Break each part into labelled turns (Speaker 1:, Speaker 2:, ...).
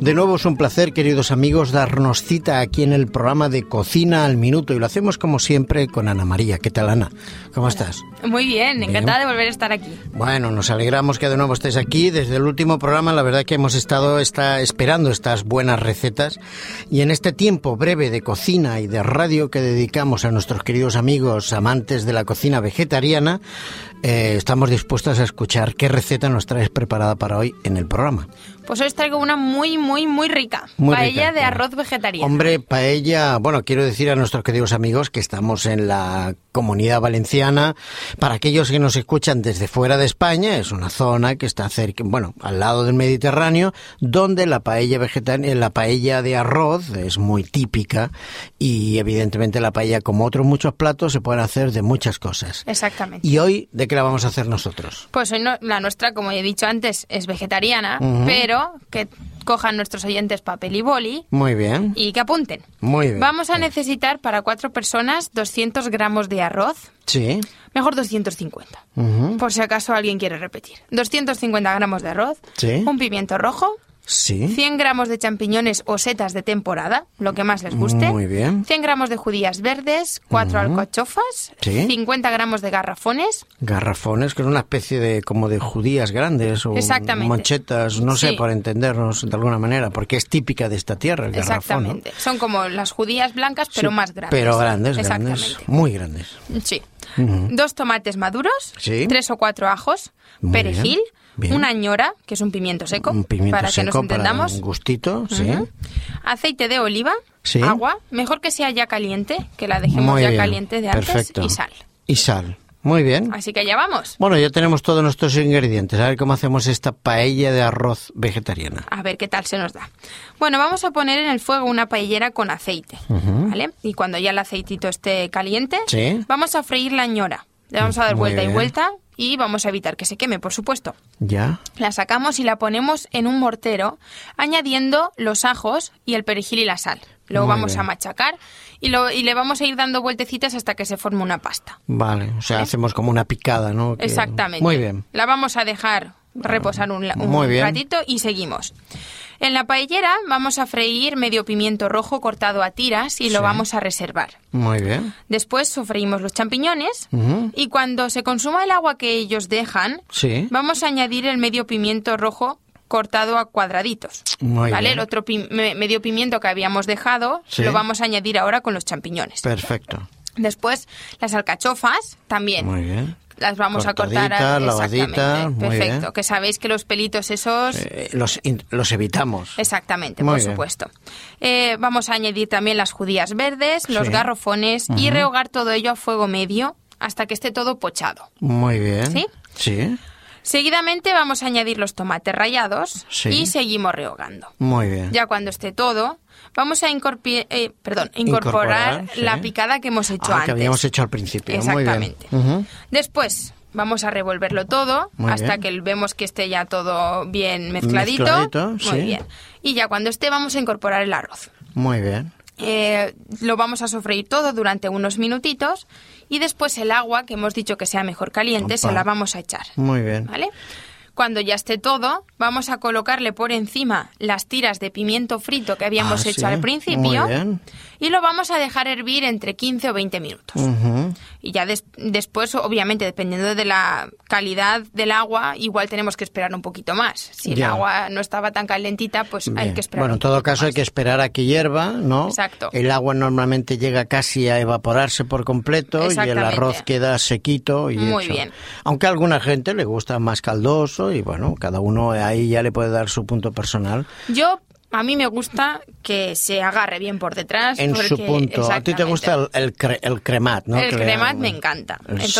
Speaker 1: De nuevo es un placer, queridos amigos, darnos cita aquí en el programa de Cocina al Minuto y lo hacemos como siempre con Ana María. ¿Qué tal, Ana? ¿Cómo estás?
Speaker 2: Muy bien, encantada de volver a estar aquí.
Speaker 1: Bueno, nos alegramos que de nuevo estés aquí. Desde el último programa, la verdad que hemos estado está, esperando estas buenas recetas y en este tiempo breve de cocina y de radio que dedicamos a nuestros queridos amigos amantes de la cocina vegetariana, eh, estamos dispuestos a escuchar qué receta nos traes preparada para hoy en el programa.
Speaker 2: Pues hoy os traigo una muy, muy, muy rica.
Speaker 1: Muy
Speaker 2: paella
Speaker 1: rica,
Speaker 2: de
Speaker 1: claro.
Speaker 2: arroz vegetariano.
Speaker 1: Hombre, paella, bueno, quiero decir a nuestros queridos amigos que estamos en la comunidad valenciana. Para aquellos que nos escuchan desde fuera de España, es una zona que está cerca, bueno, al lado del Mediterráneo, donde la paella vegetariana, la paella de arroz es muy típica y evidentemente la paella, como otros muchos platos, se pueden hacer de muchas cosas.
Speaker 2: Exactamente.
Speaker 1: ¿Y hoy de qué la vamos a hacer nosotros?
Speaker 2: Pues hoy no- la nuestra, como he dicho antes, es vegetariana,
Speaker 1: Ujú.
Speaker 2: pero que cojan nuestros oyentes papel y boli
Speaker 1: Muy bien.
Speaker 2: y que apunten.
Speaker 1: Muy bien.
Speaker 2: Vamos a necesitar para cuatro personas 200 gramos de arroz,
Speaker 1: Sí.
Speaker 2: mejor 250.
Speaker 1: Ujú.
Speaker 2: Por si acaso alguien quiere repetir. 250 gramos de arroz,
Speaker 1: Sí.
Speaker 2: un pimiento rojo,
Speaker 1: Sí.
Speaker 2: 100 gramos de champiñones o setas de temporada, lo que más les guste.
Speaker 1: Muy bien.
Speaker 2: 100 gramos de judías verdes, 4 alcachofas,
Speaker 1: Sí.
Speaker 2: 50 gramos de garrafones.
Speaker 1: Garrafones, que es una especie de como de judías grandes o
Speaker 2: Exactamente.
Speaker 1: monchetas, no sé,
Speaker 2: Sí.
Speaker 1: para entendernos de alguna manera, porque es típica de esta tierra el garrafón. ¿no?
Speaker 2: Exactamente. Son como las judías blancas, pero
Speaker 1: Sí,
Speaker 2: más grandes.
Speaker 1: Pero grandes, grandes,
Speaker 2: Exactamente.
Speaker 1: muy grandes.
Speaker 2: Sí. Dos tomates maduros,
Speaker 1: Sí.
Speaker 2: tres o cuatro ajos,
Speaker 1: Muy
Speaker 2: perejil,
Speaker 1: bien, bien.
Speaker 2: una ñora, que es un pimiento seco,
Speaker 1: Un pimiento
Speaker 2: para que
Speaker 1: seco
Speaker 2: nos entendamos.
Speaker 1: para un gustito, sí.
Speaker 2: Ujú. Aceite de oliva,
Speaker 1: Sí.
Speaker 2: agua, mejor que sea ya caliente, que la dejemos
Speaker 1: Muy
Speaker 2: ya
Speaker 1: bien,
Speaker 2: caliente de antes,
Speaker 1: perfecto.
Speaker 2: y sal.
Speaker 1: Y sal, muy bien.
Speaker 2: Así que allá vamos.
Speaker 1: Bueno, ya tenemos todos nuestros ingredientes. A ver cómo hacemos esta paella de arroz vegetariana.
Speaker 2: A ver qué tal se nos da. Bueno, vamos a poner en el fuego una paellera con aceite, ¿vale? Y cuando ya el aceitito esté caliente,
Speaker 1: Sí.
Speaker 2: vamos a freír la ñora. Le vamos a dar
Speaker 1: Muy
Speaker 2: vuelta y
Speaker 1: bien.
Speaker 2: vuelta y vamos a evitar que se queme, por supuesto.
Speaker 1: ¿Ya?
Speaker 2: La sacamos y la ponemos en un mortero, añadiendo los ajos y el perejil y la sal. Lo
Speaker 1: Muy
Speaker 2: vamos
Speaker 1: bien.
Speaker 2: a machacar y, lo- y le vamos a ir dando vueltecitas hasta que se forme una pasta.
Speaker 1: Vale, o sea, hacemos como una picada, ¿no? Que-
Speaker 2: Exactamente.
Speaker 1: Muy bien.
Speaker 2: La vamos a dejar reposar un, la- un
Speaker 1: Muy bien.
Speaker 2: ratito y seguimos. En la paellera vamos a freír medio pimiento rojo cortado a tiras y lo
Speaker 1: Sí.
Speaker 2: vamos a reservar.
Speaker 1: Muy bien.
Speaker 2: Después sofreímos los champiñones
Speaker 1: Ujú.
Speaker 2: y cuando se consuma el agua que ellos dejan,
Speaker 1: Sí.
Speaker 2: vamos a añadir el medio pimiento rojo cortado a cuadraditos.
Speaker 1: Muy
Speaker 2: ¿Vale?
Speaker 1: bien.
Speaker 2: El otro pi- me- medio pimiento que habíamos dejado
Speaker 1: Sí.
Speaker 2: lo vamos a añadir ahora con los champiñones.
Speaker 1: Perfecto.
Speaker 2: Después las alcachofas también.
Speaker 1: Muy bien.
Speaker 2: Las vamos a cortar.
Speaker 1: Cortaditas,
Speaker 2: exactamente,
Speaker 1: lavaditas, muy
Speaker 2: Perfecto.
Speaker 1: bien.
Speaker 2: Que sabéis que los pelitos esos.
Speaker 1: Eh, los, in- los evitamos.
Speaker 2: Exactamente,
Speaker 1: Muy
Speaker 2: por
Speaker 1: bien.
Speaker 2: supuesto. Eh, vamos a añadir también las judías verdes, los
Speaker 1: Sí.
Speaker 2: garrofones y rehogar todo ello a fuego medio hasta que esté todo pochado.
Speaker 1: Muy bien.
Speaker 2: ¿Sí?
Speaker 1: Sí,
Speaker 2: Seguidamente vamos a añadir los tomates rallados
Speaker 1: Sí.
Speaker 2: y seguimos rehogando.
Speaker 1: muy bien.
Speaker 2: Ya cuando esté todo, vamos a incorpi- eh, perdón, incorporar,
Speaker 1: Incorporar, sí.
Speaker 2: la picada que hemos hecho
Speaker 1: Ah,
Speaker 2: antes.
Speaker 1: que habíamos hecho al principio. Muy bien.
Speaker 2: Exactamente.
Speaker 1: Ujú.
Speaker 2: Después vamos a revolverlo todo
Speaker 1: Muy
Speaker 2: hasta que vemos que esté ya todo bien mezcladito.
Speaker 1: Mezcladito,
Speaker 2: Muy
Speaker 1: sí.
Speaker 2: bien. Y ya cuando esté vamos a incorporar el arroz.
Speaker 1: Muy bien.
Speaker 2: Eh, lo vamos a sofreír todo durante unos minutitos y después el agua, que hemos dicho que sea mejor caliente,
Speaker 1: Opa.
Speaker 2: se la vamos a echar.
Speaker 1: Muy bien.
Speaker 2: ¿Vale? Cuando ya esté todo, vamos a colocarle por encima las tiras de pimiento frito que habíamos
Speaker 1: Ah,
Speaker 2: hecho
Speaker 1: sí.
Speaker 2: al principio
Speaker 1: Muy bien.
Speaker 2: y lo vamos a dejar hervir entre 15 o 20 minutos.
Speaker 1: Ujú.
Speaker 2: Y ya des- después, obviamente, dependiendo de la calidad del agua, igual tenemos que esperar un poquito más. Si el
Speaker 1: Ya.
Speaker 2: agua no estaba tan calentita, pues hay
Speaker 1: Bien.
Speaker 2: que esperar.
Speaker 1: Bueno, en
Speaker 2: un
Speaker 1: todo
Speaker 2: poquito
Speaker 1: caso hay
Speaker 2: más.
Speaker 1: que esperar a que hierva, ¿no?
Speaker 2: Exacto.
Speaker 1: El agua normalmente llega casi a evaporarse por completo y el
Speaker 2: Exactamente.
Speaker 1: arroz queda sequito y
Speaker 2: Muy
Speaker 1: hecho.
Speaker 2: bien.
Speaker 1: Aunque a alguna gente le gusta más caldoso y bueno, cada uno ahí ya le puede dar su punto personal
Speaker 2: Yo, a mí me gusta que se agarre bien por detrás.
Speaker 1: en su
Speaker 2: porque-
Speaker 1: punto. A ti te
Speaker 2: exactamente.
Speaker 1: gusta el, el, cre- el cremat, ¿no?
Speaker 2: el
Speaker 1: Que le
Speaker 2: cremat
Speaker 1: llaman.
Speaker 2: me encanta.
Speaker 1: El
Speaker 2: Entonces,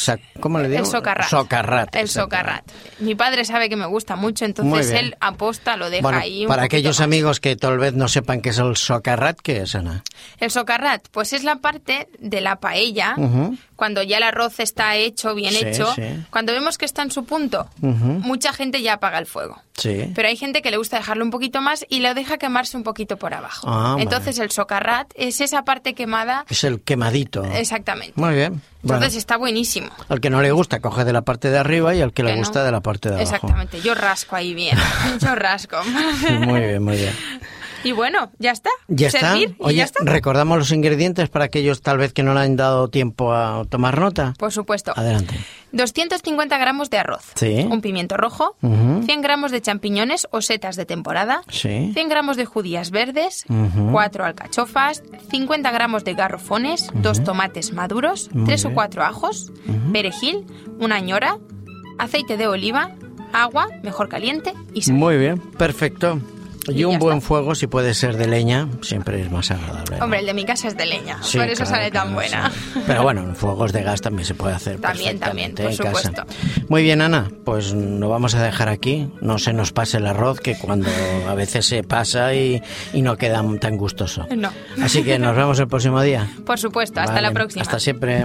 Speaker 1: saco- sac- ¿Cómo le digo?
Speaker 2: El socarrat.
Speaker 1: Socarrat,
Speaker 2: El
Speaker 1: exacto.
Speaker 2: socarrat. Mi padre sabe que me gusta mucho,
Speaker 1: Muy
Speaker 2: entonces
Speaker 1: bien.
Speaker 2: él aposta, lo deja
Speaker 1: Bueno,
Speaker 2: ahí. un
Speaker 1: para
Speaker 2: poquito
Speaker 1: aquellos
Speaker 2: más.
Speaker 1: amigos que tal vez no sepan qué es el socarrat, ¿qué es, Ana?
Speaker 2: El socarrat, pues es la parte de la paella,
Speaker 1: Ujú.
Speaker 2: cuando ya el arroz está hecho, bien
Speaker 1: Sí,
Speaker 2: hecho,
Speaker 1: sí.
Speaker 2: cuando vemos que está en su punto, mucha gente ya apaga el fuego.
Speaker 1: Sí.
Speaker 2: Pero hay gente que le gusta dejarlo un poquito más y lo deja quemarse un poquito por abajo.
Speaker 1: Ah, vale.
Speaker 2: Entonces el socarrat es esa parte quemada.
Speaker 1: Es el quemadito.
Speaker 2: Exactamente.
Speaker 1: Muy bien. Ah. Bueno,
Speaker 2: Entonces está buenísimo.
Speaker 1: al que no le gusta coge de la parte de arriba y al que le
Speaker 2: Que no.
Speaker 1: gusta de la parte de abajo.
Speaker 2: Exactamente, yo rasco ahí bien. Yo rasco.
Speaker 1: Muy bien, muy bien.
Speaker 2: y bueno, ya está.
Speaker 1: Ya está.
Speaker 2: Servir y
Speaker 1: Oye,
Speaker 2: ya está.
Speaker 1: recordamos los ingredientes para aquellos tal vez que no le han dado tiempo a tomar nota.
Speaker 2: Por supuesto.
Speaker 1: Adelante.
Speaker 2: 250 gramos de arroz.
Speaker 1: Sí.
Speaker 2: Un pimiento rojo.
Speaker 1: Ujú.
Speaker 2: 100 gramos de champiñones o setas de temporada.
Speaker 1: Sí.
Speaker 2: 100 gramos de judías verdes.
Speaker 1: Ujú.
Speaker 2: 4 alcachofas. 50 gramos de garrofones. 2 tomates maduros.
Speaker 1: Muy
Speaker 2: 3 o
Speaker 1: bien.
Speaker 2: 4 ajos. Perejil. Una ñora. Aceite de oliva. Agua, mejor caliente y sal.
Speaker 1: Muy bien, perfecto. Y,
Speaker 2: Y
Speaker 1: un
Speaker 2: ya
Speaker 1: buen
Speaker 2: está.
Speaker 1: fuego, si puede ser de leña, siempre es más agradable. ¿no?
Speaker 2: Hombre, el de mi casa es de leña.
Speaker 1: Mm. Sí,
Speaker 2: por eso
Speaker 1: claro,
Speaker 2: sale tan
Speaker 1: claro,
Speaker 2: buena.
Speaker 1: sí. Pero bueno, en fuegos de gas también se puede hacer.
Speaker 2: También, también,
Speaker 1: perfectamente
Speaker 2: por
Speaker 1: en casa.
Speaker 2: supuesto.
Speaker 1: Muy bien, Ana, pues lo vamos a dejar aquí. No se nos pase el arroz, que cuando a veces se pasa y, y no queda tan gustoso.
Speaker 2: No.
Speaker 1: Así que nos vemos el próximo día.
Speaker 2: Por supuesto, hasta
Speaker 1: Vale,
Speaker 2: la próxima.
Speaker 1: Hasta siempre.